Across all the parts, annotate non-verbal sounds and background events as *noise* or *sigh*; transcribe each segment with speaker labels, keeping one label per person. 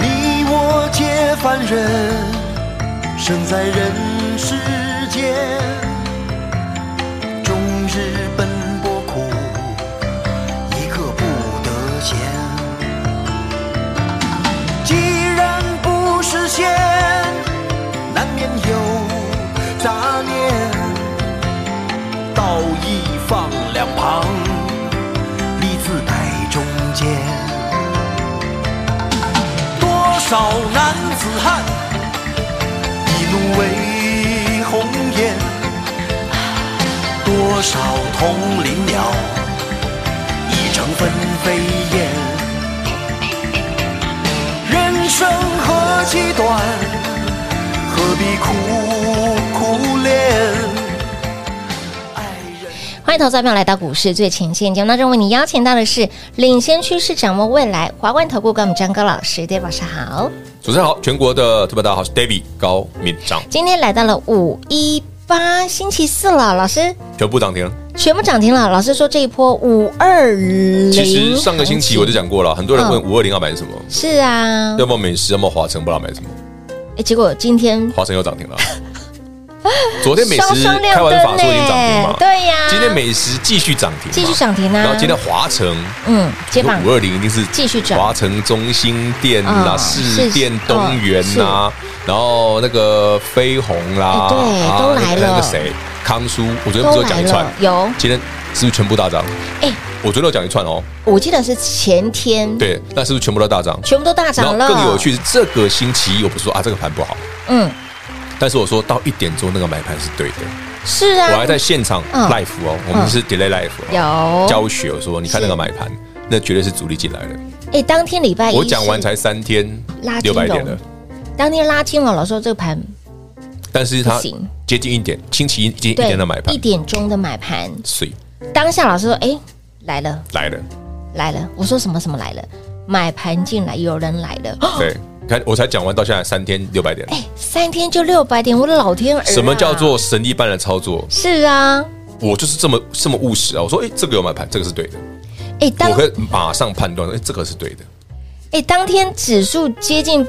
Speaker 1: 你我皆凡人，生在人世间，终日奔波苦，一刻不得闲。既然不实现，难免有杂念，道义放两旁，利字摆中间。多少男子汉，一怒为红颜；多少同林鸟，一成纷飞燕。人生何其短，何必苦苦恋？爱人。
Speaker 2: 欢迎投资者朋友来到股市最前线节目当中，为你邀请到的是领先趋势、掌握未来华冠投顾高敏章高老师，大家晚上好。
Speaker 3: 主持人好，全国的特别大家好，我是 David 高敏章，
Speaker 2: 今天来到了五一八星期四了，老师
Speaker 3: 全部涨停。
Speaker 2: 全部涨停了。老师说这一波五二零，
Speaker 3: 其实上个星期我就讲过了，很多
Speaker 2: 嗯
Speaker 3: 人问五二零要买什么，
Speaker 2: 是啊，
Speaker 3: 要么美食，要么华晨，不知道买什么。
Speaker 2: 诶结果今天
Speaker 3: 华晨又涨
Speaker 2: *laughs*
Speaker 3: 停了。昨天美
Speaker 2: 双
Speaker 3: 食
Speaker 2: 双亮
Speaker 3: 开
Speaker 2: 灯
Speaker 3: 完法说已经涨停
Speaker 2: 呢
Speaker 3: 嘛，，
Speaker 2: 对呀，
Speaker 3: 今天美食继续涨停嘛，
Speaker 2: 继续涨停啊
Speaker 3: 然后今天华晨。
Speaker 2: 嗯肩膀
Speaker 3: 五二零一定是
Speaker 2: 继续涨
Speaker 3: 华城中心店啦、
Speaker 2: 嗯
Speaker 3: 市
Speaker 2: 是
Speaker 3: 电东园啦，然后那个飞鸿
Speaker 2: 哎，
Speaker 3: 啦
Speaker 2: 对
Speaker 3: 啊
Speaker 2: 都来了
Speaker 3: 那个谁，康叔，我昨天不是
Speaker 2: 都
Speaker 3: 有讲
Speaker 2: 来
Speaker 3: 一串
Speaker 2: 了，，有
Speaker 3: 今天是不是全部大涨？
Speaker 2: 哎，
Speaker 3: 我昨天有讲一串哦，
Speaker 2: 我记得是前天，，
Speaker 3: 对，那是不是全部都大涨？
Speaker 2: 全部都大
Speaker 3: 然后
Speaker 2: 涨了，
Speaker 3: 更有趣是，这个星期一我不是说啊这个盘不好，
Speaker 2: 嗯，
Speaker 3: 但是我说到一点钟那个买盘是对的，
Speaker 2: 是啊，
Speaker 3: 我还在现场
Speaker 2: 嗯
Speaker 3: live 哦，我们是 delay live 哦
Speaker 2: 有
Speaker 3: 教学，我说你看
Speaker 2: 是
Speaker 3: 那个买盘，那绝对是主力进来的。
Speaker 2: 哎、当天礼拜一
Speaker 3: 我讲完
Speaker 2: 是
Speaker 3: 才三天
Speaker 2: 拉，金
Speaker 3: 六百
Speaker 2: 融
Speaker 3: 点了，
Speaker 2: 当天拉筋了，老师说这个盘
Speaker 3: 但是它
Speaker 2: 不行
Speaker 3: 接近一点，星期一接近一点的买盘
Speaker 2: 一，点钟的买盘，
Speaker 3: 所以
Speaker 2: 当下老师说哎、来了
Speaker 3: 来了，
Speaker 2: 来了，我说什么什么来了，买盘进来有人来了，哦
Speaker 3: 对，你看我才讲完到现在三天六百点，
Speaker 2: 哎、三天就六百点，我的老天儿、啊！
Speaker 3: 什么叫？做神一般的操作？
Speaker 2: 是啊，
Speaker 3: 我就是这么这么务实啊！我说，哎，这个有买盘，这个是对的，
Speaker 2: 哎、当
Speaker 3: 我可
Speaker 2: 哎、
Speaker 3: 以马上判断，哎，这个是对的。
Speaker 2: 当天指数接近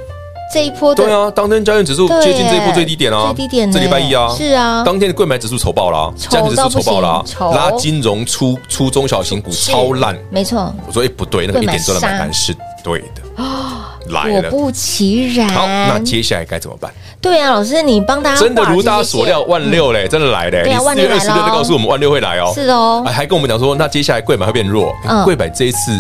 Speaker 2: 这一波的，
Speaker 3: 对啊，当天交易指数
Speaker 2: 对耶
Speaker 3: 接近这一波最低点啊，
Speaker 2: 最低点呢
Speaker 3: 这礼拜一啊，
Speaker 2: 是啊
Speaker 3: 当天的贵买指数丑爆了啊，
Speaker 2: 丑
Speaker 3: 加权指
Speaker 2: 到
Speaker 3: 数
Speaker 2: 不
Speaker 3: 丑爆了啊
Speaker 2: 行丑，
Speaker 3: 拉金融出出中小型股
Speaker 2: 是
Speaker 3: 超烂，
Speaker 2: 没错，
Speaker 3: 我说哎不对，那个
Speaker 2: 贵
Speaker 3: 一
Speaker 2: 买
Speaker 3: 点钟的买
Speaker 2: 杀
Speaker 3: 盘是对的，来
Speaker 2: 果
Speaker 3: 了。
Speaker 2: 不其然。
Speaker 3: 好，那接下来该怎么办？
Speaker 2: 对啊，老师你帮大家
Speaker 3: 真的
Speaker 2: 画了
Speaker 3: 如
Speaker 2: 这
Speaker 3: 大家
Speaker 2: 些
Speaker 3: 所
Speaker 2: 线
Speaker 3: 料，万六嘞，真的来嘞！
Speaker 2: 对啊
Speaker 3: 你
Speaker 2: 万
Speaker 3: 四
Speaker 2: 六
Speaker 3: 月
Speaker 2: 来
Speaker 3: 二十六
Speaker 2: 咯
Speaker 3: 就告诉我们万六会来哦，
Speaker 2: 是哦
Speaker 3: 哎，还跟我们讲说，那接下来贵买会变弱
Speaker 2: 嗯，
Speaker 3: 贵买这一次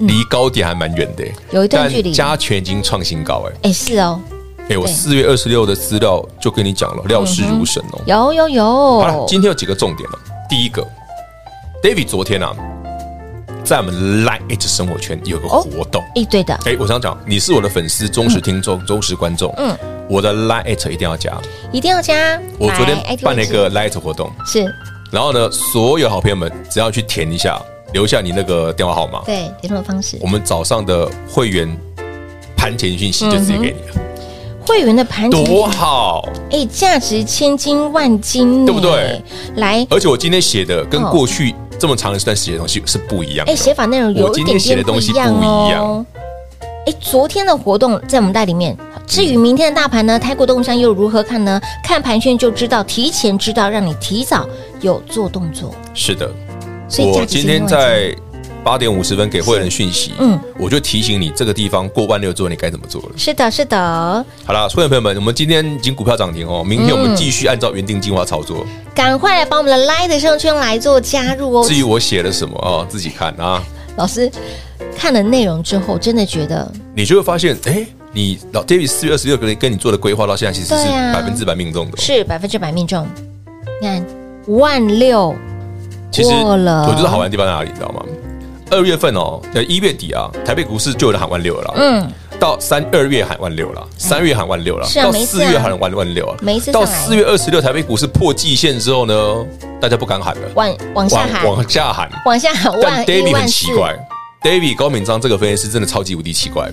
Speaker 3: 离高点还蛮远的，
Speaker 2: 有一段
Speaker 3: 但
Speaker 2: 距离
Speaker 3: 加权已经创新高，哎
Speaker 2: 哎、是哦，
Speaker 3: 哎，我
Speaker 2: 对
Speaker 3: 四月二十六的资料就跟你讲了，料事如神哦。
Speaker 2: 有有嗯有，
Speaker 3: 好了，今天有几个重点了。第一个，David 昨天啊，在我们 Line H 生活圈有个活动，
Speaker 2: 哎、对的，
Speaker 3: 哎，我想讲，你是我的粉丝、忠实听众、忠实观众，
Speaker 2: 嗯
Speaker 3: 嗯，我的 Line H 一定要加。
Speaker 2: 一定要加。
Speaker 3: 我昨天
Speaker 2: 买 IT
Speaker 3: 办了一个 Light 活动，
Speaker 2: 位置是
Speaker 3: 然后呢，所有好朋友们只要去填一下，留下你那个电话号码，
Speaker 2: 对联络方式
Speaker 3: 我，们早上的会员盘前讯
Speaker 2: 嗯
Speaker 3: 息就直接给你了，
Speaker 2: 会员的盘前
Speaker 3: 多好！
Speaker 2: 哎，价值千金万金呢，
Speaker 3: 对不对
Speaker 2: 来，
Speaker 3: 而且我今今天写的跟
Speaker 2: 哦
Speaker 3: 过去这么长的一段时间的东西是不一样的
Speaker 2: 哎，。写法内容有
Speaker 3: 我
Speaker 2: 一
Speaker 3: 今
Speaker 2: 点
Speaker 3: 天写
Speaker 2: 点
Speaker 3: 的
Speaker 2: 不
Speaker 3: 东
Speaker 2: 一
Speaker 3: 西
Speaker 2: 样
Speaker 3: 不一
Speaker 2: 哦
Speaker 3: 样。嗯
Speaker 2: 哎，昨天的活动在我们袋里面。至于明天的大盘呢，泰国动向又如何看呢？看盘讯就知道，提前知道，让你提早有做动作。
Speaker 3: 是的，
Speaker 2: 所以价值
Speaker 3: 我今
Speaker 2: 千金
Speaker 3: 天
Speaker 2: 万金
Speaker 3: 在八点五十分给会员讯息，
Speaker 2: 嗯
Speaker 3: 嗯，我就提醒你这个地方过万六之后你该怎么做了。
Speaker 2: 是的，是的，
Speaker 3: 好啦，会员朋友们，我们今天已经股票涨停哦，明天我们继续按照原定计划操作。
Speaker 2: 赶快来把我们的 l i g h 生圈来做加入哦。
Speaker 3: 至于我写了什么哦，自己看啊。
Speaker 2: 老师看了内容之后，真的觉得
Speaker 3: 你就会发现，哎、你老 David 四月二十六跟跟你做的规划到现在其实是
Speaker 2: 对啊
Speaker 3: 百分之百命中的哦、
Speaker 2: 是百分之百命中。你看万六
Speaker 3: 其实
Speaker 2: 过了
Speaker 3: 我觉得好玩的地方在哪里，你知道吗？二月份哦，呃一月底啊，台北股市就有人喊万六了啦。
Speaker 2: 嗯，
Speaker 3: 到三二月喊万六了，三月喊万六了，
Speaker 2: 是啊
Speaker 3: 到
Speaker 2: 每一次
Speaker 3: 四
Speaker 2: 啊
Speaker 3: 月喊万万六了，
Speaker 2: 每一次上
Speaker 3: 到
Speaker 2: 来
Speaker 3: 四月二十六台北股市破季线之后呢，大家不敢喊了，
Speaker 2: 往往下喊，
Speaker 3: 往往下喊。
Speaker 2: 往下喊
Speaker 3: 但
Speaker 2: 万一
Speaker 3: David 很
Speaker 2: 万四
Speaker 3: 奇，怪，David 高敏章这个分析师真的超级无敌奇怪。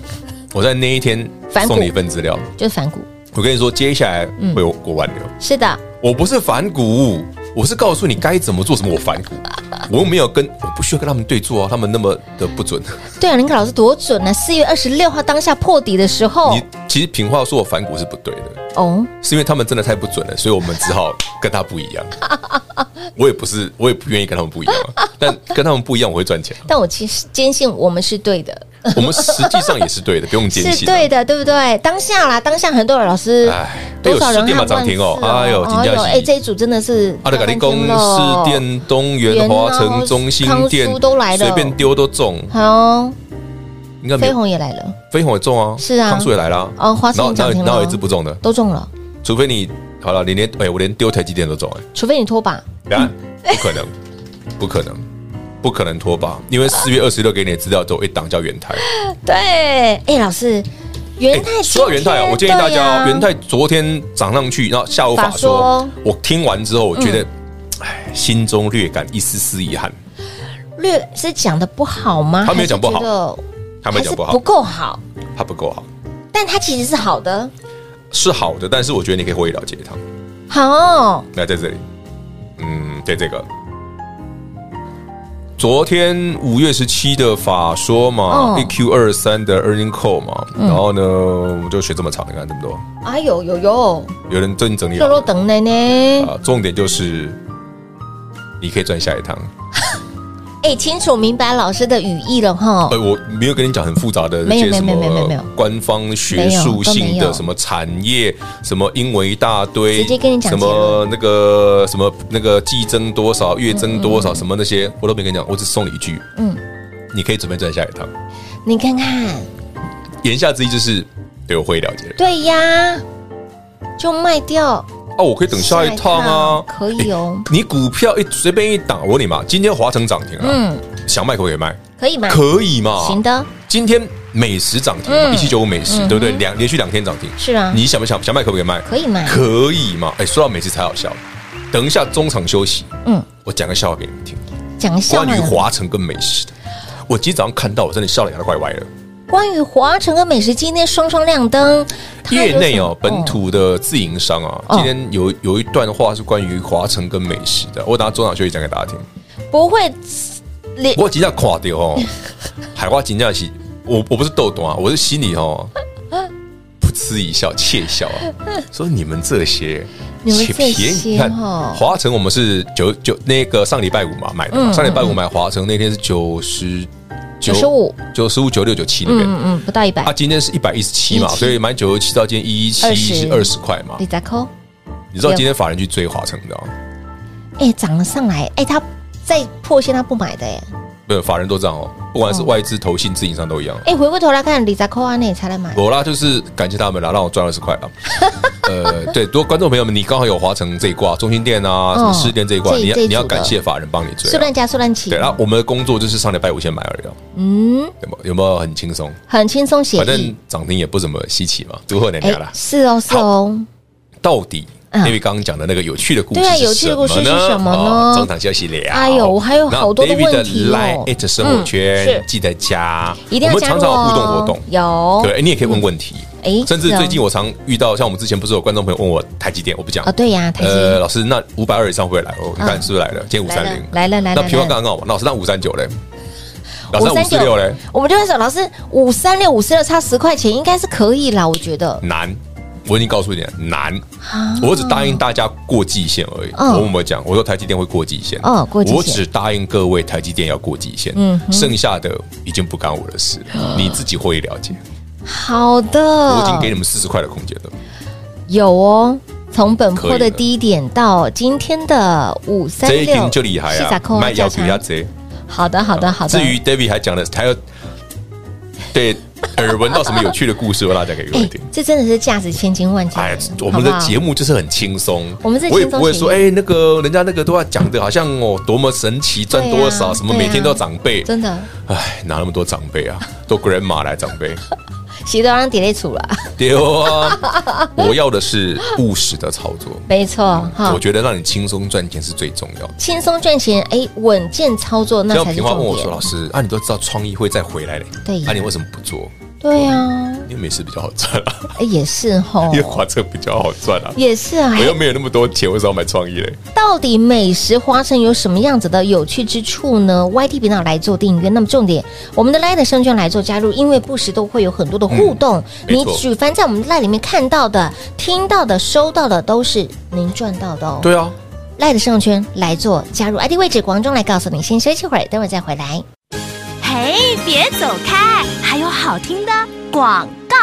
Speaker 3: 我在那一天
Speaker 2: 反骨嗯
Speaker 3: 送你一份资料，
Speaker 2: 就是反骨。
Speaker 3: 我跟你说，接下来会有过万流。
Speaker 2: 是的，
Speaker 3: 我不是反骨，我是告诉你该怎么做什么。我
Speaker 2: *laughs*
Speaker 3: 反骨，我又没有跟，我不需要跟他们对坐啊，他们那么的
Speaker 2: *laughs*
Speaker 3: 不准。
Speaker 2: 对啊，林可老师多准啊！四月二十六号当下破底的时候
Speaker 3: 你，其实平话说我反骨是不对的，
Speaker 2: 哦，
Speaker 3: 是因为他们真的太不准了，所以我们只好跟他不一
Speaker 2: *laughs*
Speaker 3: 样。我也不是，我也不愿意跟他们不一样啊，但跟他们不一样我会
Speaker 2: *laughs*
Speaker 3: 赚钱啊。
Speaker 2: 但我其实坚信我们是对的，
Speaker 3: 我们实际上也是对的，不用坚
Speaker 2: 是
Speaker 3: 信啊。
Speaker 2: 对的，对不对？当下啦，当下很多人老师
Speaker 3: 哎，
Speaker 2: 多少
Speaker 3: 哎呦
Speaker 2: 人
Speaker 3: 电
Speaker 2: 喊
Speaker 3: 涨
Speaker 2: 万
Speaker 3: 停
Speaker 2: 四
Speaker 3: 哦，哎呦，金价
Speaker 2: 哎，
Speaker 3: 是。啊
Speaker 2: 这一组真的是
Speaker 3: 阿德卡利公、
Speaker 2: 了啊
Speaker 3: 市电、东元、华城、中心
Speaker 2: 康
Speaker 3: 店
Speaker 2: 苏都来了
Speaker 3: 随便丢都中，
Speaker 2: 好哦，
Speaker 3: 应该没
Speaker 2: 飞
Speaker 3: 有。
Speaker 2: 鸿也来了，
Speaker 3: 飞鸿也中啊，
Speaker 2: 是啊
Speaker 3: 康苏也来啦，
Speaker 2: 哦华晨也
Speaker 3: 哪
Speaker 2: 涨
Speaker 3: 有
Speaker 2: 停了
Speaker 3: 哪有一只不中的？
Speaker 2: 都中了，
Speaker 3: 除非你好了，你连哎，我连丢台积电都中
Speaker 2: *laughs*
Speaker 3: 哎，
Speaker 2: 除非你拖把，
Speaker 3: 啊，不可能，不可能，不可能拖把，因为四月二十六给你的资料只有一档叫元泰。
Speaker 2: 对，哎，老师，元泰今天
Speaker 3: 哎说到元泰啊，我建议大
Speaker 2: 对
Speaker 3: 家
Speaker 2: 啊
Speaker 3: 哦，元泰昨天涨上去，然后下午法
Speaker 2: 法说嗯
Speaker 3: 说，我听完之后，我觉得，哎，心中略感一丝丝遗憾，
Speaker 2: 略是讲的不好吗？
Speaker 3: 他没有讲不好
Speaker 2: 还是觉得
Speaker 3: 他们讲不
Speaker 2: 还是不，
Speaker 3: 好
Speaker 2: 够好，
Speaker 3: 他不够好。
Speaker 2: 但它其实是好的，
Speaker 3: 是好的，但是我觉得你可以回了解一趟。
Speaker 2: 好哦，
Speaker 3: 那在这里，嗯，在这个昨天五月十七的法说嘛
Speaker 2: 哦
Speaker 3: 一 q 二三的 earning call 嘛，然后呢，我就学这么长，你看这么多，
Speaker 2: 哎呦呦呦，
Speaker 3: 有人正整理
Speaker 2: 肉
Speaker 3: 好
Speaker 2: 肉等奶奶，
Speaker 3: 啊，重点就是你可以赚下一趟。
Speaker 2: 哎，清楚明白老师的语义了哈
Speaker 3: 呃，，我没有跟你讲很复杂的那
Speaker 2: 没有
Speaker 3: 些什
Speaker 2: 没
Speaker 3: 么
Speaker 2: 有没有没有没有
Speaker 3: 官方学术性
Speaker 2: 没有都没有
Speaker 3: 的什么产业，什么英文一大堆，
Speaker 2: 直接跟你讲
Speaker 3: 什
Speaker 2: 结
Speaker 3: 么
Speaker 2: 论
Speaker 3: 那个什么那个季增多少，月增多少，什么那些我都没跟你讲，我只送你一句，
Speaker 2: 嗯，
Speaker 3: 你可以准备赚下一趟。
Speaker 2: 你看看，
Speaker 3: 言下之意就是，对我会了解了
Speaker 2: 对呀，就卖掉
Speaker 3: 哦，我可以等下一趟啊，
Speaker 2: 下一趟可以哦
Speaker 3: 诶你股票一随便一打，我问你嘛，今天华城涨停了，
Speaker 2: 嗯，
Speaker 3: 想卖可不可以卖？
Speaker 2: 可以吗？
Speaker 3: 可以嘛？
Speaker 2: 行的，
Speaker 3: 今天美食涨停
Speaker 2: 嗯
Speaker 3: 嘛，一七九五美食，对不对？两连续两天涨停，
Speaker 2: 是啊
Speaker 3: 你想不想想卖可不可以卖？
Speaker 2: 可以买，
Speaker 3: 可以嘛？哎，说到美食才好笑。等一下中场休息，
Speaker 2: 嗯，
Speaker 3: 我讲个笑话给你们听，
Speaker 2: 讲个笑
Speaker 3: 关
Speaker 2: 话
Speaker 3: 于
Speaker 2: 呢。
Speaker 3: 华城跟美食的。我今天早上看到，我真的笑了，牙都快歪了。
Speaker 2: 关于华城跟美食今天双双亮灯，它有
Speaker 3: 业
Speaker 2: 什么
Speaker 3: 内哦，本土的自营商啊，
Speaker 2: 哦
Speaker 3: 今天有有一段话是关于华城跟美食的，我等下中场休息讲给大家听。
Speaker 2: 不会连
Speaker 3: 我今天垮掉 *laughs* 哦，海花今天是，我我不是逗懂啊，我是心里哦，噗嗤一笑，窃笑啊，说你们这些，
Speaker 2: 你们这些
Speaker 3: 你看
Speaker 2: 哦
Speaker 3: 华城我们是九九那个上礼拜五嘛买的嘛，
Speaker 2: 嗯
Speaker 3: 上礼拜五买华城那天是九十
Speaker 2: 95
Speaker 3: 九十五九六九七那
Speaker 2: 嗯
Speaker 3: 边。
Speaker 2: 嗯嗯不到一百
Speaker 3: 啊，，今天是一百一十七嘛，
Speaker 2: 117
Speaker 3: 所以买九十七到今天一一七是二十哎啊
Speaker 2: 20
Speaker 3: 块嘛
Speaker 2: 你。咋扣？
Speaker 3: 你知道今天法人去追华城的、啊，
Speaker 2: 哎，涨了上来，哎，他在破线他不买的哎，
Speaker 3: 对，法人都这样哦，不管是外资、投信、自营商都一样。
Speaker 2: 哎，回过头来看李咋扣安内才来买，
Speaker 3: 我啦，就是感谢他们啦，让我赚二十块
Speaker 2: *laughs*
Speaker 3: 啊。呃，对，如果观众朋友们，你刚好有华城这一挂、中心店啊、什么市店这一挂，
Speaker 2: 哦这一
Speaker 3: 你要
Speaker 2: 这一组
Speaker 3: 你要感
Speaker 2: 的
Speaker 3: 谢法人帮你追
Speaker 2: 速
Speaker 3: 啊、
Speaker 2: 乱加速乱起
Speaker 3: 对，，然后我们的工作就是上礼拜五先买而已、啊，
Speaker 2: 嗯，
Speaker 3: 有没有有没有很轻松？
Speaker 2: 很轻松写
Speaker 3: 反正啊
Speaker 2: 意，
Speaker 3: 涨停也不怎么稀奇嘛，如何能
Speaker 2: 哎
Speaker 3: 聊啦，？
Speaker 2: 是哦是哦，
Speaker 3: 到底
Speaker 2: 嗯
Speaker 3: 因为刚刚讲的那个有趣的故事
Speaker 2: 对啊有趣
Speaker 3: 是什
Speaker 2: 的
Speaker 3: 么
Speaker 2: 故事
Speaker 3: 呢？
Speaker 2: 是什么呢
Speaker 3: 哦中场休息聊。
Speaker 2: 哎呦我还有好多的
Speaker 3: 那 David
Speaker 2: 问题哦
Speaker 3: Line at 生活
Speaker 2: 嗯是
Speaker 3: 圈记得加，
Speaker 2: 一定要
Speaker 3: 我们
Speaker 2: 加
Speaker 3: 常
Speaker 2: 入
Speaker 3: 常有
Speaker 2: 哦，
Speaker 3: 互动活动。
Speaker 2: 有
Speaker 3: 对，你也可以问问题，
Speaker 2: 哎
Speaker 3: 甚至
Speaker 2: 是哦
Speaker 3: 最近我常遇到，像我们之前不是有观众朋友问我台积电，我不讲
Speaker 2: 啊，，对呀，台
Speaker 3: 呃，
Speaker 2: 积嗯
Speaker 3: 老师，那五百二以上会来哦，你看是不是来了？今天五三零
Speaker 2: 来了来了来了
Speaker 3: 那平花刚刚好嘛？那老师，那五三九嘞？老师，那五四六嘞？，
Speaker 2: 我们就会说老师五三六五四六差十块钱应该是可以啦，我觉得
Speaker 3: 难，我已经告诉你了难。
Speaker 2: 啊
Speaker 3: 我只答应大家过季线而已。
Speaker 2: 嗯
Speaker 3: 我有没有讲？我说台积电会过季线。
Speaker 2: 嗯过季线
Speaker 3: 我只答应各位台积电要过季线，
Speaker 2: 嗯哼啊
Speaker 3: 剩下的已经不干我的事，你自己会了解。
Speaker 2: 好的，
Speaker 3: 我已经给你们四十块的空间了。
Speaker 2: 有哦，从本
Speaker 3: 可
Speaker 2: 波
Speaker 3: 以
Speaker 2: 的
Speaker 3: 的
Speaker 2: 低点到今天的五三
Speaker 3: 这一
Speaker 2: 六，
Speaker 3: 根就厉害
Speaker 2: 是咋
Speaker 3: 啊
Speaker 2: 扣，啊
Speaker 3: 卖
Speaker 2: 价
Speaker 3: 要比
Speaker 2: 差
Speaker 3: 较？贼。
Speaker 2: 好的，好的，好的。
Speaker 3: 至于 David 还讲了，还有对耳闻到什么有趣的故事，我大家可以
Speaker 2: 哎
Speaker 3: 听。，
Speaker 2: 这真的是价值千金万金。
Speaker 3: 哎，我们的
Speaker 2: 好不好
Speaker 3: 节目就是很轻松，
Speaker 2: 我们是轻松
Speaker 3: 也不会说，
Speaker 2: 型
Speaker 3: 哎，那个人家那个都要讲的，好像哦多么神奇，赚多
Speaker 2: 对啊
Speaker 3: 少，什么
Speaker 2: 对啊 *laughs*
Speaker 3: 每天都要长辈，
Speaker 2: 真的
Speaker 3: 哎，哪那么多长辈啊，都 grandma 来长辈，
Speaker 2: 洗都让 delay 出了，*laughs*
Speaker 3: 丢啊！我要的是务实的操作。
Speaker 2: 没错哈
Speaker 3: 我。觉得让你轻松赚钱是最重要的。
Speaker 2: 轻松赚钱，哎，稳健操作那
Speaker 3: 像
Speaker 2: 才是
Speaker 3: 平花问
Speaker 2: 重
Speaker 3: 我说：“
Speaker 2: 点。
Speaker 3: 老师，啊，你都知道创意会再回来嘞，
Speaker 2: 对呀
Speaker 3: 啊，你为什么不做？
Speaker 2: 对啊，
Speaker 3: 因为美食比较好赚啊，
Speaker 2: 哎也是吼
Speaker 3: *laughs* 因为，花车比较好赚啊。
Speaker 2: 也是啊。
Speaker 3: 我又没有那么多钱，为什么要买创意嘞？
Speaker 2: 到底美食花生有什么样子的有趣之处呢？YT 频道来做订阅，那么重点，我们的 Light 生圈来做加入，因为不时都会有很多的互动。
Speaker 3: 嗯没
Speaker 2: 你
Speaker 3: 错
Speaker 2: 举凡在我们 Light 里面看到的、听到的、收到的，都是您赚到的哦。
Speaker 3: 对啊，
Speaker 2: Light 生圈来做加入 ID 位置，广中来告诉你，先休息会儿，待会儿再回来。
Speaker 4: 嘿，别走开，还有好听的广告。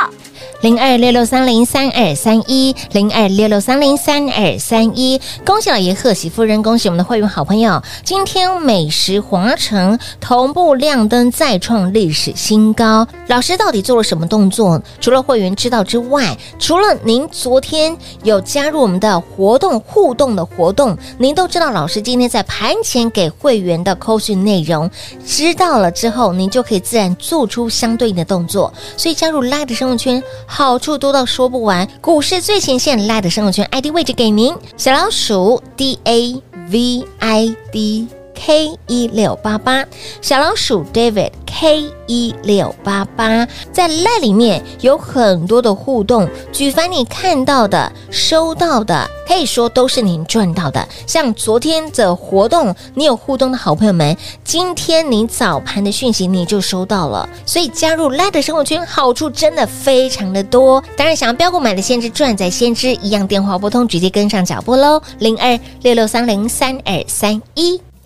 Speaker 2: 零二六六三零三二三一，零二六六三零三二三一。恭喜老爷，贺喜夫人，恭喜我们的会员好朋友！今天美食华城同步亮灯，再创历史新高。老师到底做了什么动作？除了会员知道之外，除了您昨天有加入我们的活动互动的活动，您都知道老师今天在盘前给会员的扣讯内容，知道了之后，您就可以自然做出相对应的动作。所以加入 Light 生活圈，好处多到说不完。股市最前线 Light 生活圈 ID 位置给您，小老鼠 D A V I D。K 一六八八小老鼠 David K 一六八八在 Light 里面有很多的互动，举凡你看到的、收到的，可以说都是您赚到的。像昨天的活动，你有互动的好朋友们，今天你早盘的讯息你就收到了，所以加入 Light 的生活圈好处真的非常的多。当然，想要标股买的先知赚在先知，一样电话拨通，直接跟上脚步喽，零二六六三零三二三一。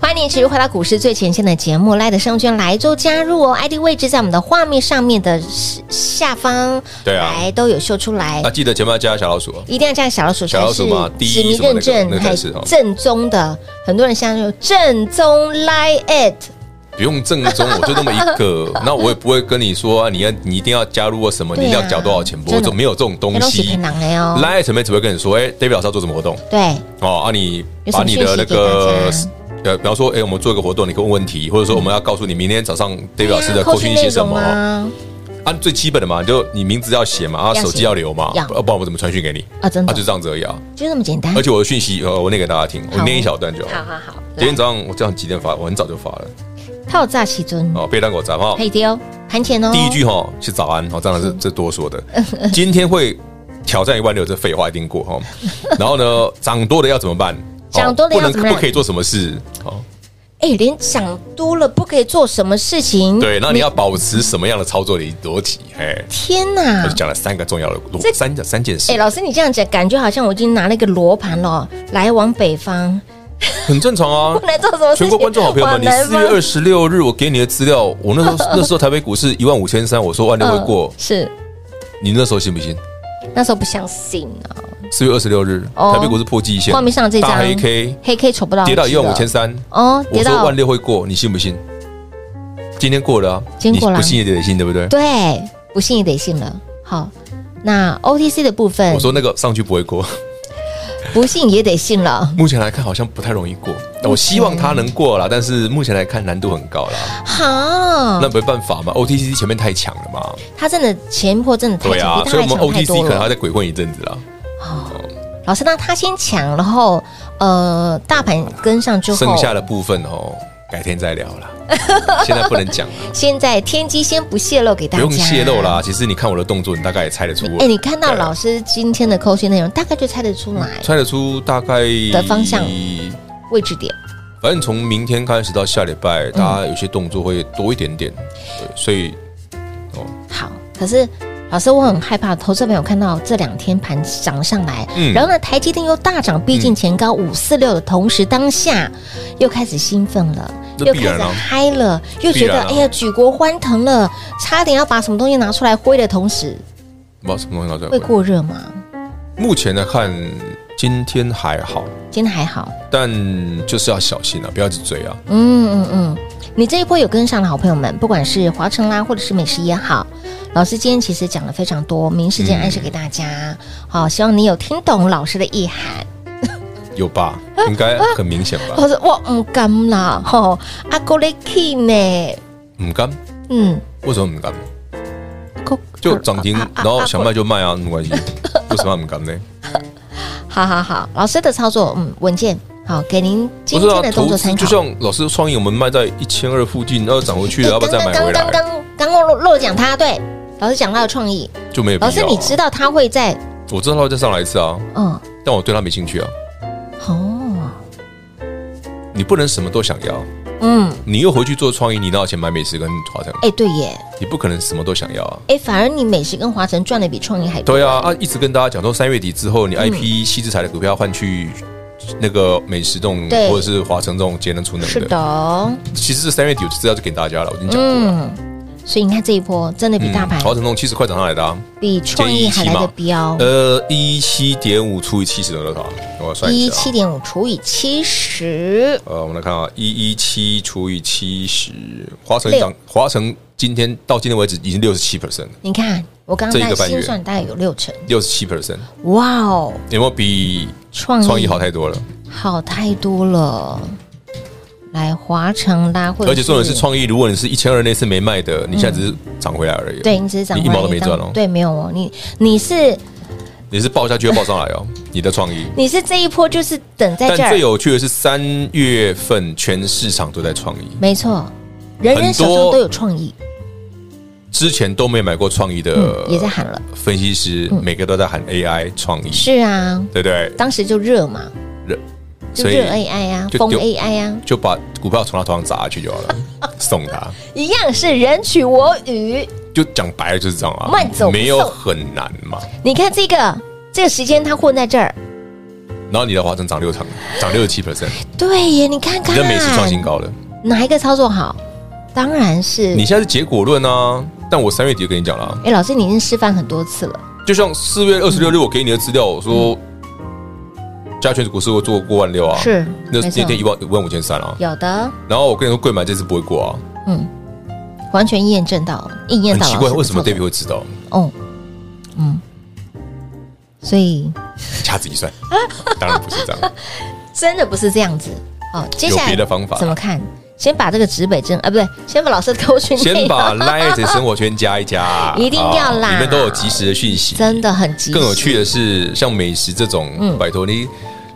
Speaker 2: 欢迎您持续回到股市最前线的节目，赖的生圈来做加入哦，ID 位置在我们的画面上面的下方，
Speaker 3: 对啊
Speaker 2: 来都有秀出来
Speaker 3: 那。记得前面要加小老鼠哦。
Speaker 2: 一定要加小老鼠才
Speaker 3: 小老
Speaker 2: 是
Speaker 3: 鼠嘛第一
Speaker 2: 指名
Speaker 3: 什么那
Speaker 2: 认
Speaker 3: 个
Speaker 2: 证，
Speaker 3: 那个
Speaker 2: 还
Speaker 3: 才是哦
Speaker 2: 正宗的。很多人现在就正宗 lie it，
Speaker 3: 不用正宗，我就那么一
Speaker 2: *laughs*
Speaker 3: 个，那我也不会跟你说，啊你要你一定要加入我什么，你
Speaker 2: 对啊
Speaker 3: 一定要缴多少钱，不
Speaker 2: 真
Speaker 3: 我
Speaker 2: 的
Speaker 3: 就没有这种东
Speaker 2: 那都是
Speaker 3: 西
Speaker 2: 很。难的哦。
Speaker 3: 来，前面只会跟你说，哎，David 老师要做什么活动
Speaker 2: 对，
Speaker 3: 哦，啊，你
Speaker 2: 有什
Speaker 3: 把
Speaker 2: 么
Speaker 3: 你
Speaker 2: 讯息
Speaker 3: 的那
Speaker 2: 给大
Speaker 3: 个
Speaker 2: 家。
Speaker 3: 呃，比方说，哎、我们做一个活动，你可以问问题，或者说我们要告诉你明天早上 David 老师的
Speaker 2: 扣
Speaker 3: 扣
Speaker 2: 讯
Speaker 3: 讯
Speaker 2: 内
Speaker 3: 写什
Speaker 2: 容
Speaker 3: 么，
Speaker 2: 啊？
Speaker 3: 按最基本的嘛，你就你名字要写嘛，啊，
Speaker 2: 要写
Speaker 3: 手机要留嘛，
Speaker 2: 要
Speaker 3: 不不然我怎么传讯给你？
Speaker 2: 啊，真
Speaker 3: 啊，
Speaker 2: 的
Speaker 3: 就这样子而已啊。
Speaker 2: 就那么简单
Speaker 3: 而。且我的讯息，呃，我念给大家听，我
Speaker 2: 好
Speaker 3: 念一小段就
Speaker 2: 好
Speaker 3: 好。
Speaker 2: 好好，
Speaker 3: 今天早上我这样几点发？我很早就发了
Speaker 2: 套炸起尊，
Speaker 3: 哦，被单给我砸哈。
Speaker 2: 配丢盘前哦。
Speaker 3: 第一句哈是早安，哦，当然是这多说的。
Speaker 2: *laughs*
Speaker 3: 今天会挑战一万六，这废话一定
Speaker 2: *laughs*
Speaker 3: 过哈。然后呢，涨多的要怎么办？哦
Speaker 2: 涨多的
Speaker 3: 不
Speaker 2: 要
Speaker 3: 能
Speaker 2: 怎么办
Speaker 3: 不可以做什么事？哦，
Speaker 2: 哎，连涨多了不可以做什么事情？
Speaker 3: 对，那你要保持什么样的操作的逻辑？哎，
Speaker 2: 天
Speaker 3: 我
Speaker 2: 哪
Speaker 3: 就！讲了三个重要的
Speaker 2: 这
Speaker 3: 三个三件事
Speaker 2: 哎，，老师，你这样讲，感觉好像我已经拿了一个罗盘了，来往北
Speaker 3: *laughs*
Speaker 2: 方，
Speaker 3: 很正常啊
Speaker 2: 我。来做什么事情？
Speaker 3: 全国观众好朋友们，你
Speaker 2: 往南
Speaker 3: 四月
Speaker 2: 方
Speaker 3: 二十六日我给你的资料，我那时
Speaker 2: *laughs*
Speaker 3: 候那时候台北股市一万五千三，我说万六会过
Speaker 2: 嗯，是
Speaker 3: 你那时候信不信？
Speaker 2: 那时候不相信啊，
Speaker 3: 四月二十六日，
Speaker 2: 哦
Speaker 3: 台北股市破季线，
Speaker 2: 画面上这张
Speaker 3: 大黑 K
Speaker 2: 黑 K 瞅不到，
Speaker 3: 跌到一万五千
Speaker 2: 哦是
Speaker 3: 三，
Speaker 2: 的哦，
Speaker 3: 我
Speaker 2: 跌
Speaker 3: 说
Speaker 2: 到
Speaker 3: 万六会过，你信不信？今天过了啊，
Speaker 2: 今天过了啊
Speaker 3: 你不信也得信，对不对？
Speaker 2: 对，不信也得信了。好，那 OTC 的部分
Speaker 3: 我，说那个上去不会过， *laughs*
Speaker 2: 不信也得信了。
Speaker 3: 目前来看好像不太容易过。
Speaker 2: 嗯
Speaker 3: 我希望它能过啦，但是目前来看难度很高啦。
Speaker 2: 好
Speaker 3: 那，没办法嘛，OTC 前面太强了嘛。
Speaker 2: 他真的前坡真的太
Speaker 3: 对
Speaker 2: 强，
Speaker 3: 啊，
Speaker 2: 比
Speaker 3: 所
Speaker 2: 他
Speaker 3: 以
Speaker 2: 还
Speaker 3: 我们
Speaker 2: 强太
Speaker 3: OTC
Speaker 2: 多
Speaker 3: 可能还
Speaker 2: 了。
Speaker 3: 在鬼混一阵子啦。
Speaker 2: 老师，那他先抢，然后呃，大盘跟上之后，
Speaker 3: 剩下的部分哦，改天再聊
Speaker 2: *laughs*
Speaker 3: 啦。现在不能讲啦，
Speaker 2: 现在天机先不泄露给大
Speaker 3: 不
Speaker 2: 家，
Speaker 3: 用泄露啦。。其实你看我的动作，你大概也猜得出我。
Speaker 2: 哎，你看到
Speaker 3: 对啊
Speaker 2: 老师今天的扣讯内容，大概就猜得出来
Speaker 3: 猜得出大概
Speaker 2: 的方向位置点。
Speaker 3: 反正从明天开始到下礼拜，大
Speaker 2: 嗯
Speaker 3: 家有些动作会多一点点，对，所以
Speaker 2: 好，可是老师，我很害怕投资朋友看到这两天盘涨上来，
Speaker 3: 嗯
Speaker 2: 然后呢，台积电又大涨，逼近前高五四六的同时，当下又开始兴奋了，
Speaker 3: 那
Speaker 2: 又
Speaker 3: 必
Speaker 2: 开
Speaker 3: 然
Speaker 2: 始
Speaker 3: 啊
Speaker 2: 嗨了，又觉得、
Speaker 3: 必然啊
Speaker 2: 哎呀举国欢腾了，差点要把什么东西拿出来挥的同时，
Speaker 3: 不知道什么东西拿出
Speaker 2: 会
Speaker 3: 来。
Speaker 2: 过热吗？
Speaker 3: 目前来看，今天还好，
Speaker 2: 今天还好。
Speaker 3: 但就是要小心啊，不要去追啊。
Speaker 2: 嗯嗯嗯，你这一波有跟上的好朋友们，不管是华城啦，或者是美食也好，老师今天其实讲了非常多明事件暗示给大
Speaker 3: 嗯
Speaker 2: 家，好、希望你有听懂老师的意涵。
Speaker 3: 有吧？应该很明显
Speaker 2: *laughs*
Speaker 3: 吧？
Speaker 2: 老师，我唔敢啦，吼、阿哥咧去呢，
Speaker 3: 唔敢？
Speaker 2: 嗯，
Speaker 3: 为什么唔敢？
Speaker 2: 阿哥
Speaker 3: 就涨停，
Speaker 2: 啊啊
Speaker 3: 然后想卖就卖啊，没关系。为什么唔敢呢？
Speaker 2: 好好好，老师的操作，嗯，稳健，好，给您今
Speaker 3: 不是啊
Speaker 2: 天，的动
Speaker 3: 投
Speaker 2: 作
Speaker 3: 资
Speaker 2: 参考。
Speaker 3: 就像老师创意，我们卖在一千二附近，然后涨回去
Speaker 2: 哎
Speaker 3: 了，要不要再买
Speaker 2: 刚刚
Speaker 3: 回来？
Speaker 2: 刚刚刚漏漏讲他，对，老师讲到的创意，
Speaker 3: 就没有必要
Speaker 2: 老
Speaker 3: 啊。
Speaker 2: 师你知道他会在，
Speaker 3: 我知道他会再上来一次啊，
Speaker 2: 嗯，
Speaker 3: 但我对他没兴趣啊。
Speaker 2: 哦，
Speaker 3: 你不能什么都想要，
Speaker 2: 嗯，
Speaker 3: 你又回去做创意，你哪有钱买美食跟华晨？
Speaker 2: 哎，对耶，
Speaker 3: 你不可能什么都想要啊。
Speaker 2: 哎，反而你美食跟华晨赚的比创意还多。
Speaker 3: 对啊，啊，一直跟大家讲说，三月底之后，
Speaker 2: 嗯
Speaker 3: 你 IP 西之财的股票换去那个美食这种
Speaker 2: 对
Speaker 3: 或者是华晨这种节能储能
Speaker 2: 是的哦，
Speaker 3: 其实是三月底我就资料就给大家了，我已经讲过了。嗯
Speaker 2: 嗯，所以你看这一波真的比大盘、
Speaker 3: 华晨弄七十块涨上来的、啊，
Speaker 2: 比创意还来的标，
Speaker 3: 呃，一七点五除以七十等于多少？我算
Speaker 2: 一
Speaker 3: 一
Speaker 2: 七
Speaker 3: 下、啊。
Speaker 2: 点五除以七十，
Speaker 3: 呃，我们来看啊，一一七除以七十，华晨涨，华晨今天到今天为止已经六十七 percent
Speaker 2: 你看我刚
Speaker 3: 这一
Speaker 2: 刚
Speaker 3: 个
Speaker 2: 在
Speaker 3: 半月
Speaker 2: 心算大概有六成，
Speaker 3: 六十七 percent，
Speaker 2: 哇哦，
Speaker 3: 有没有比
Speaker 2: 创意
Speaker 3: 创意好太多了？
Speaker 2: 好太多了。来华城啦，或者
Speaker 3: 而且重点是创意，如果你是一千二那次没卖的，你现在只是涨回来而已。
Speaker 2: 嗯
Speaker 3: 哦
Speaker 2: 对，你只是涨
Speaker 3: 你
Speaker 2: 回
Speaker 3: 一
Speaker 2: 来
Speaker 3: 毛都没
Speaker 2: 当
Speaker 3: 赚哦
Speaker 2: 对，没有哦，你你是
Speaker 3: 你是报下去又报上来哦，你的创意。
Speaker 2: 你是这一波就是等在
Speaker 3: 但
Speaker 2: 这
Speaker 3: 最
Speaker 2: 儿，
Speaker 3: 有趣的是，三月份全市场都在创意，
Speaker 2: 没错，人人手
Speaker 3: 很
Speaker 2: 上
Speaker 3: 多
Speaker 2: 都有创意，
Speaker 3: 之前都没有买过创意的
Speaker 2: 嗯，也在嗯喊了，
Speaker 3: 分析师，每个都在喊 AI 创意，
Speaker 2: 是啊，
Speaker 3: 对不对？
Speaker 2: 当时就热嘛，
Speaker 3: 热，
Speaker 2: 就
Speaker 3: 所以
Speaker 2: 热 AI 啊，
Speaker 3: 就
Speaker 2: 疯
Speaker 3: 丢
Speaker 2: AI 啊，
Speaker 3: 就把股票从他头上砸下去就好
Speaker 2: *laughs*
Speaker 3: 了，送他。
Speaker 2: 一样是人取我予。
Speaker 3: 就讲白了就是这样啊
Speaker 2: 慢走，不
Speaker 3: 没有
Speaker 2: 送
Speaker 3: 很难嘛。
Speaker 2: 你看这个这个时间它混在这儿，
Speaker 3: 然后你的华晨涨六成，涨六十七 percent，
Speaker 2: 对耶，你看
Speaker 3: 你
Speaker 2: 看
Speaker 3: 的美食创新高了。
Speaker 2: 哪一个操作好？当然是
Speaker 3: 你现在是结果论啊，但我三月底就跟你讲了啊、
Speaker 2: 哎，老师你已经示范很多次了，
Speaker 3: 就像四月二十六日我给你的资料，我
Speaker 2: 嗯
Speaker 3: 说加权股市会做过万六啊，
Speaker 2: 是
Speaker 3: 那
Speaker 2: 没
Speaker 3: 那
Speaker 2: 错
Speaker 3: 天一万一万五千三啊。
Speaker 2: 有的，
Speaker 3: 然后我跟你说，贵买这次不会过啊，
Speaker 2: 嗯，完全验证到，应验
Speaker 3: 很
Speaker 2: 到老
Speaker 3: 奇
Speaker 2: 师
Speaker 3: 怪，
Speaker 2: 的
Speaker 3: 为什么
Speaker 2: 操作
Speaker 3: David 会知道？
Speaker 2: 哦，嗯，所以
Speaker 3: 掐指
Speaker 2: *laughs*
Speaker 3: 一算，当然不是这样，
Speaker 2: 真的不是这样子。哦，接
Speaker 3: 有
Speaker 2: 下来
Speaker 3: 别的方法
Speaker 2: 怎。么看？先把这个指北针啊，不对，先把老师的勾选
Speaker 3: 先把 Light 生活圈加一加，
Speaker 2: *laughs* 一定要啦
Speaker 3: 啊里面都有及时的讯息，
Speaker 2: 真的很急，
Speaker 3: 更有趣的是，像美食这种，
Speaker 2: 嗯
Speaker 3: 拜托你，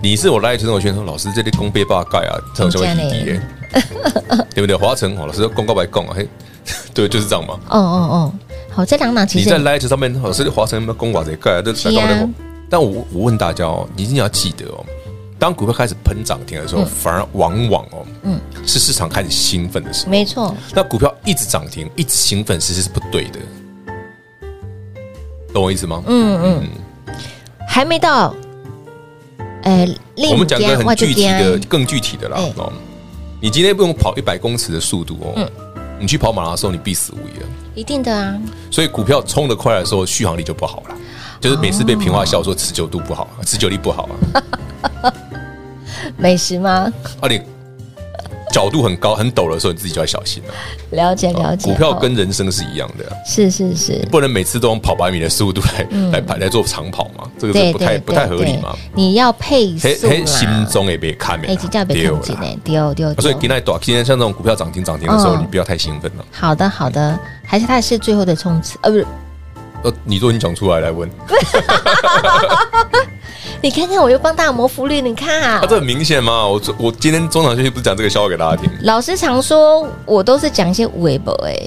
Speaker 3: 你是我来生活圈说，老师这里公被霸盖啊，这种就会滴滴耶， *laughs* 对不对？华晨，哦老师公告白供啊，嘿，对，就是这样嘛。
Speaker 2: 哦哦哦，好，这两档其
Speaker 3: 你
Speaker 2: 实
Speaker 3: 在 Light 上面，老师华晨有没有公瓦这盖啊？这
Speaker 2: 是啊
Speaker 3: 这干嘛呢但我我问大家哦，你一定要记得哦，当股票开始喷涨停的时候，反而往往哦，
Speaker 2: 嗯
Speaker 3: 是市场开始兴奋的时候。
Speaker 2: 没错，
Speaker 3: 那股票一直涨停，一直兴奋，其实是不对的，懂我意思吗？
Speaker 2: 嗯嗯，还没到，呃，另
Speaker 3: 我们讲一个
Speaker 2: 间我
Speaker 3: 很
Speaker 2: 就
Speaker 3: 具体的
Speaker 2: 间、
Speaker 3: 更具体的啦
Speaker 2: 哎。
Speaker 3: 哦，你今天不用跑一百公尺的速度哦，
Speaker 2: 嗯
Speaker 3: 你去跑马拉松，你必死无疑了。
Speaker 2: 一定的啊，
Speaker 3: 所以股票冲得快的时候，续航力就不好了，就是每次被平话笑说持久度不好，持久力不好啊。
Speaker 2: 美食吗？
Speaker 3: 啊，你角度很高很陡的时候，你自己就要小心了。
Speaker 2: 了解了解，
Speaker 3: 股票
Speaker 2: 哦
Speaker 3: 跟人生是一样的啊，
Speaker 2: 是是是，
Speaker 3: 不能每次都用跑百米的速度来来来做长跑嘛，这个是不太不太合理嘛。
Speaker 2: 嗯对你要配
Speaker 3: 嘿
Speaker 2: 速啊
Speaker 3: 嘿，
Speaker 2: 啦，
Speaker 3: 心中啊也别看
Speaker 2: 哎，
Speaker 3: 没
Speaker 2: 真叫被看见哎，丢丢
Speaker 3: 啊所以
Speaker 2: 丢
Speaker 3: 给。那短，今天像这种股票涨停涨停的时候，
Speaker 2: 嗯
Speaker 3: 你不要太兴奋了。
Speaker 2: 好的好的，还是它是最后的冲刺，呃，不是，
Speaker 3: 呃，你都已经讲出来来问，
Speaker 2: 你看看我又帮大家谋福利，你看啊
Speaker 3: 啊，这很明显嘛。我昨我今天中场休息不是讲这个笑话给大家听？
Speaker 2: 老师常说我都是讲一些微博哎，，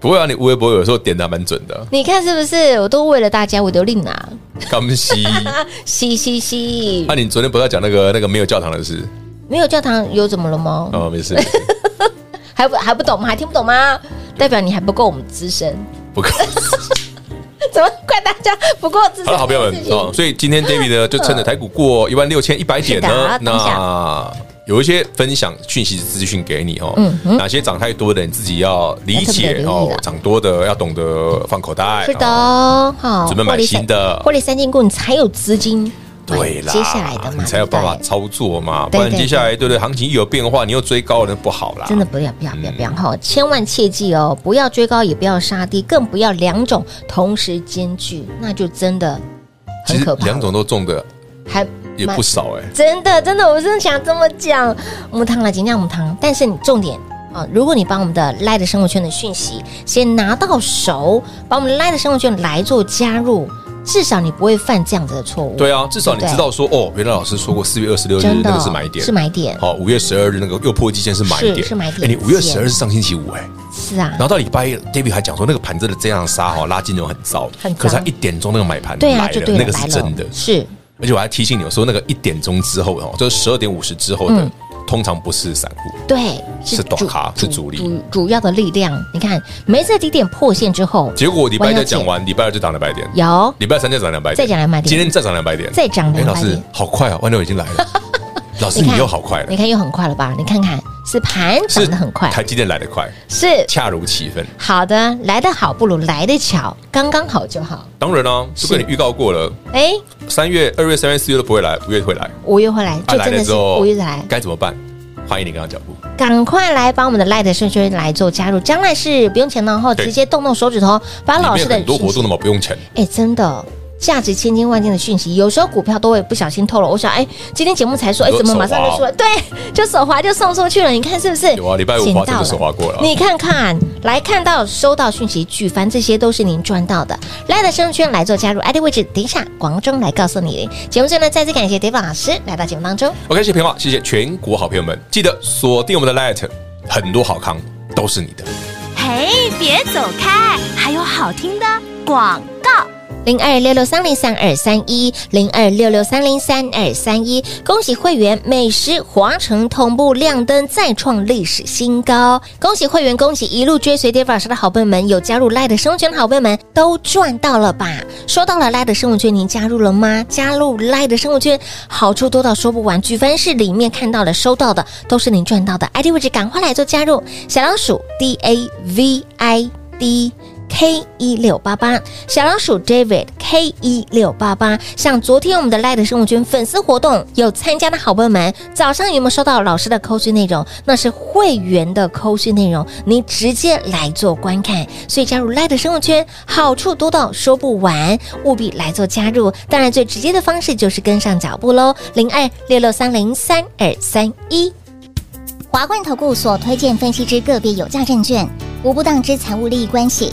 Speaker 3: 不会啊，你微博有时候点的还蛮准的
Speaker 2: 你看是不是？我都为了大家，我都令啊，
Speaker 3: 刚
Speaker 2: *laughs*
Speaker 3: 西。啊
Speaker 2: 嘻嘻嘻
Speaker 3: 那，你昨天不是要讲那个那个没有教堂的事？
Speaker 2: 没有教堂有怎么了吗？
Speaker 3: 哦，
Speaker 2: *laughs*
Speaker 3: 没事，
Speaker 2: 还不还不懂吗？还听不懂吗？代表你还不够我们资深， *laughs*
Speaker 3: 不够。
Speaker 2: 怎么怪大家不够资
Speaker 3: 好
Speaker 2: 深？
Speaker 3: 了，好朋友们啊，哦所以今天 David
Speaker 2: *laughs*
Speaker 3: 呢，就趁着台股过一万六千一百点
Speaker 2: 是的
Speaker 3: 呢，
Speaker 2: 等一下
Speaker 3: 那有一些分享讯息资讯给你哦
Speaker 2: 嗯，哼
Speaker 3: 哪些涨太多的你自己要理
Speaker 2: 要特别留
Speaker 3: 解
Speaker 2: 意
Speaker 3: 哦
Speaker 2: 啦，
Speaker 3: 涨多的要懂得放口袋，
Speaker 2: 是的
Speaker 3: 哦，
Speaker 2: 哦，好
Speaker 3: 准备买
Speaker 2: 获利三
Speaker 3: 新的
Speaker 2: 获利三金股，你才有资金
Speaker 3: 对啦，
Speaker 2: 接下来的嘛，
Speaker 3: 你才有办法
Speaker 2: 对不对
Speaker 3: 操作嘛，
Speaker 2: 对
Speaker 3: 不然
Speaker 2: 对
Speaker 3: 接下来对不对？行情一有变化，你又追高了，那不好啦。
Speaker 2: 真的不要不要不要不
Speaker 3: 嗯
Speaker 2: 要哈、千万切记哦，不要追高，也不要杀低，更不要两种同时兼具，那就真的
Speaker 3: 其
Speaker 2: 很
Speaker 3: 实
Speaker 2: 可怕。
Speaker 3: 两种都中的
Speaker 2: 还
Speaker 3: 也
Speaker 2: 蛮
Speaker 3: 不少哎。
Speaker 2: 真的真的，我真的想这么讲，母汤啦，尽量母汤。但是你重点啊、呃如果你把我们的赖的生活圈的讯息先拿到手，把我们赖的生活圈来做加入，至少你不会犯这样子的错误。
Speaker 3: 对啊，至少你
Speaker 2: 对
Speaker 3: 知道说哦，原来老师说过四月二十六日
Speaker 2: 真的
Speaker 3: 那个是买点，
Speaker 2: 是买点
Speaker 3: 好，五月十二日那个又破季线是买
Speaker 2: 是
Speaker 3: 点，
Speaker 2: 是买点
Speaker 3: 哎，你五月十二是上星期五哎，
Speaker 2: 是啊
Speaker 3: 然，后到礼拜一，David 还讲说那个盘真的这样杀哈，拉金融很糟，
Speaker 2: 很糟
Speaker 3: 可是他一点钟那个买盘
Speaker 2: 对啊，
Speaker 3: 来
Speaker 2: 就
Speaker 3: 了，
Speaker 2: 对
Speaker 3: 那
Speaker 2: 了，
Speaker 3: 个
Speaker 2: 来
Speaker 3: 是
Speaker 2: 了，
Speaker 3: 真的。
Speaker 2: 是
Speaker 3: 而且我还提醒你，我说那个一点钟之后哦，就是十二点五十之后的
Speaker 2: 嗯，
Speaker 3: 通常不是散户，
Speaker 2: 对，
Speaker 3: 是短卡是主力
Speaker 2: 主主要的力量。你看，每次低点破线之后，
Speaker 3: 结果礼拜
Speaker 2: 王
Speaker 3: 一
Speaker 2: 小
Speaker 3: 就
Speaker 2: 姐
Speaker 3: 讲完，礼拜二就涨两百点，
Speaker 2: 有
Speaker 3: 礼拜三再涨两百点，
Speaker 2: 再涨200点
Speaker 3: 今天再涨两百点，
Speaker 2: 再涨
Speaker 3: 哎
Speaker 2: 两
Speaker 3: 老
Speaker 2: 百
Speaker 3: 师
Speaker 2: 点，
Speaker 3: 好快啊，万六已经来
Speaker 2: *laughs*
Speaker 3: 了，老师你又好快
Speaker 2: 你
Speaker 3: 了，
Speaker 2: 看又很快了吧？你看看，是盘涨得很快，
Speaker 3: 台积电来得快，
Speaker 2: 是
Speaker 3: 恰如其分。
Speaker 2: 好的，来得好不如来得巧，刚刚好就好。
Speaker 3: 当然啦，就跟你预告过了，
Speaker 2: 哎，
Speaker 3: 三月、二月、三月、四月都不会来，五月会来，
Speaker 2: 五月会来，
Speaker 3: 啊
Speaker 2: 就真的是五月来，
Speaker 3: 该怎么办？欢迎你跟上脚步。
Speaker 2: 赶快来把我们的 Light 顺序来做加入，将来是不用钱的后，
Speaker 3: 对
Speaker 2: 直接动动手指头，把啊老
Speaker 3: 里
Speaker 2: 师的
Speaker 3: 面很多活动的嘛，不用钱，
Speaker 2: 哎，真的。价值千金万金的讯息，有时候股票都会不小心透露。我想，哎，今天节目才说，哎，
Speaker 3: 有
Speaker 2: 怎么马上就出来？对，就手滑就送出去了。你看是不是？
Speaker 3: 有啊，礼拜五
Speaker 2: 捡
Speaker 3: 华晨
Speaker 2: 到
Speaker 3: 就
Speaker 2: 了
Speaker 3: 手滑过了啊，
Speaker 2: 你看看，来看到、收到讯息、举凡这些都是您赚到的。来的生圈来做加入，ID 位置，等一下广中来告诉你。节目最后呢，再次感谢 David 老师来到节目当中。
Speaker 3: OK，谢谢平话，谢谢全国好朋友们，记得锁定我们的 Light，很多好康都是你的。
Speaker 4: 嘿，别走开，还有好听的广告。
Speaker 2: 零二六六三零三二三一，零二六六三零三二三一。恭喜会员美食华城同步亮灯，再创历史新高。恭喜会员，恭喜一路追随 David 老师的好朋友们，有加入 Light 生活圈的好朋友们都赚到了吧？收到了 Light 生活圈，您加入了吗？加入 Light 生活圈，好处多到说不完。举凡是里面看到的、收到的，都是您赚到的。ID 位置赶快来做加入，小老鼠 D A V I D。K 一六八八小老鼠 David K 一六八八，像昨天我们的 Light 生物圈粉丝活动有参加的好朋友们，早上有没有收到老师的扣讯内容？那是会员的扣讯内容，你直接来做观看。所以加入 Light 生物圈，好处多到说不完，务必来做加入。当然，最直接的方式就是跟上脚步喽，零二六六三零三二三一。
Speaker 5: 华冠投顾所推荐分析之个别有价证券，无不当之财务利益关系。